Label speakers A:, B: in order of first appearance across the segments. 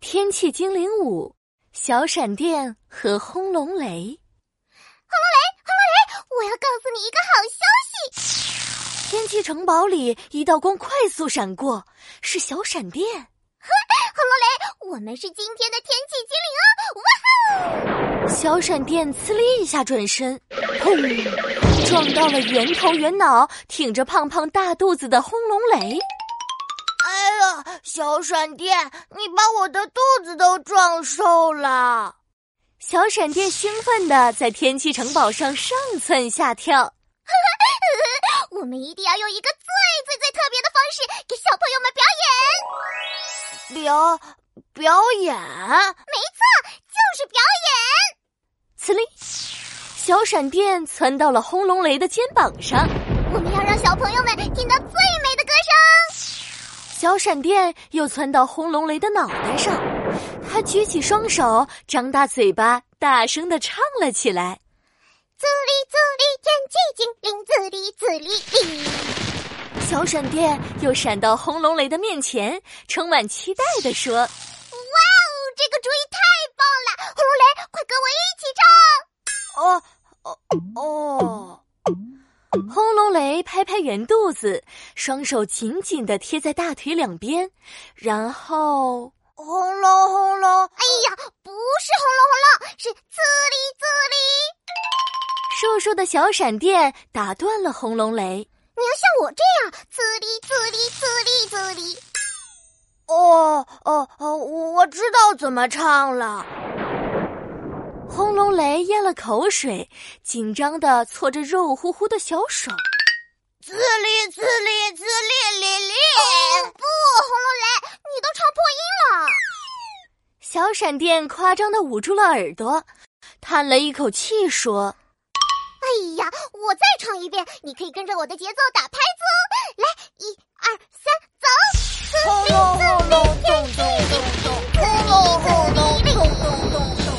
A: 天气精灵五：小闪电和轰隆雷。轰隆雷，轰隆
B: 雷！我要告诉你一个好消
A: 息！天气城堡里一道光快速闪过，是小闪电。
B: 轰隆雷，我们是今天的天气精
A: 灵哦！哇哦！小闪电呲哩一下转身，砰，撞到了圆头圆脑、挺着胖胖大肚子的轰隆雷。
C: 哎呀，小闪电，你把我的肚子都撞瘦了！
A: 小闪电兴奋的在天气城堡上上蹿下跳。
B: 我们一定要用一个最最最特别的方式给小朋友们
C: 表演。表表演？
B: 没错，就是
A: 呲
B: 表演。
A: 哩，小闪电窜到了轰隆雷的肩膀上。
B: 我们要让小朋友们听到最美的歌声。
A: 小闪电又窜到轰隆雷的脑袋上，他举起双手，张大嘴巴，大声的唱了起来：“
B: 滋哩滋哩，天气精灵，滋哩滋哩哩。”
A: 小闪电又闪到轰隆雷的面前，充满期待的说：“哇
B: 哦，这个主意太棒了！轰隆雷，快跟我
C: 一起唱！”哦哦哦。
A: 轰隆雷拍拍圆肚子，双手紧紧的贴在大腿两边，然后
C: 轰隆轰隆！
B: 哎呀，不是轰隆轰隆，是呲哩呲哩！
A: 烁烁的小闪电打断了轰隆雷。
B: 你要像我这样呲哩呲哩呲哩呲哩！
C: 哦哦哦，我知道怎么唱了。
A: 轰隆雷咽了口水，紧张的搓着肉乎乎的小手。
C: 呲哩呲哩呲哩哩哩！
B: 哦不，轰隆雷，你都唱破音了！
A: 小闪电夸张的捂住了耳朵，叹了一口气说：“
B: 哎呀，我再唱一遍，你可以跟着我的节奏打拍子哦！来，一二三，走！”轰隆轰隆咚咚咚，轰隆轰隆咚咚咚。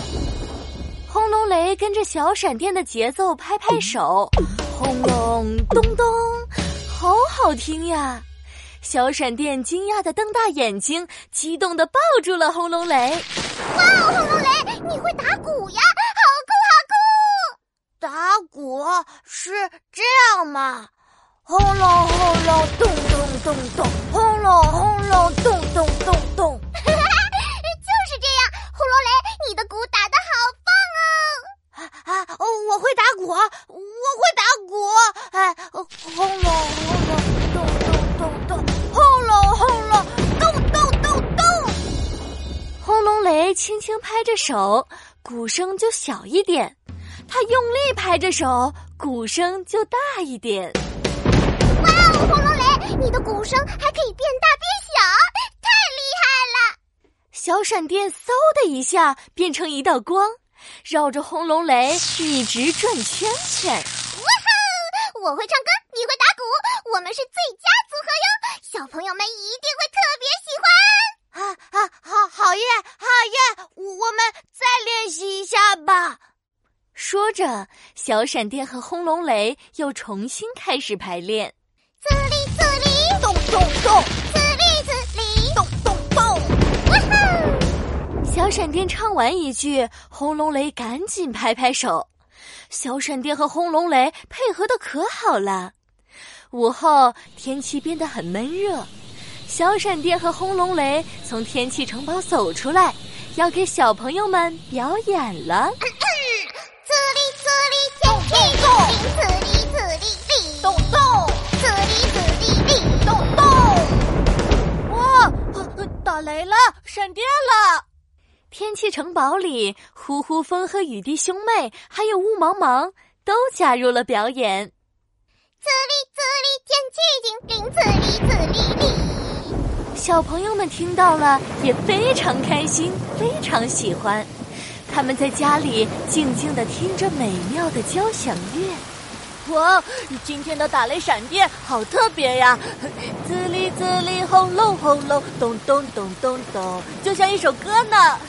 A: 轰隆雷跟着小闪电的节奏拍拍手，轰隆咚咚，好好听呀！小闪电惊讶的瞪大眼睛，激动的抱住了轰隆雷。
B: 哇哦，轰隆雷，你会打鼓呀？好酷，好酷！
C: 打鼓是这样吗？轰隆轰隆咚咚咚咚，轰隆轰隆咚咚咚咚。
B: 就是这样，轰隆雷，你的鼓打的好。
C: 啊！哦，我会打鼓，我会打鼓！哎，轰隆轰隆，咚咚咚咚，轰隆轰隆，咚咚咚咚。
A: 轰隆雷轻轻拍着手，鼓声就小一点；他用力拍着手，鼓声就大一点。
B: 哇哦，轰隆雷，你的鼓声还可以变大变小，太厉害了！
A: 小闪电嗖的一下变成一道光。绕着轰隆雷一直转圈圈。
B: 哇吼！我会唱歌，你会打鼓，我们是最佳组合哟！小朋友们一定会特别喜欢。
C: 啊啊，好好耶，好耶！我们再练习一下吧。
A: 说着，小闪电和轰隆雷又重新开始排练。
B: 滋哩滋哩，
C: 咚咚咚！
B: 滋哩滋哩，
C: 咚咚咚！
B: 哇吼！
A: 小闪电唱完一句，轰隆雷赶紧拍拍手。小闪电和轰隆雷配合的可好了。午后天气变得很闷热，小闪电和轰隆雷从天气城堡走出来，要给小朋友们表演了。
B: 滋哩滋哩，天气动，滋哩滋哩哩，
C: 咚咚，
B: 滋哩滋哩哩，
C: 咚咚。哇，哦呃打雷了，闪电了！
A: 天气城堡里，呼呼风和雨滴兄妹，还有雾茫茫，都加入了表演。
B: 滋哩滋哩，天气精灵，滋哩滋哩
A: 哩。小朋友们听到了也非常开心，非常喜欢。他们在家里静静的听着美妙的交响乐。
C: 哇，今天的打雷闪电好特别呀！滋哩滋哩，轰隆轰隆，咚咚咚咚咚，就像一首歌呢。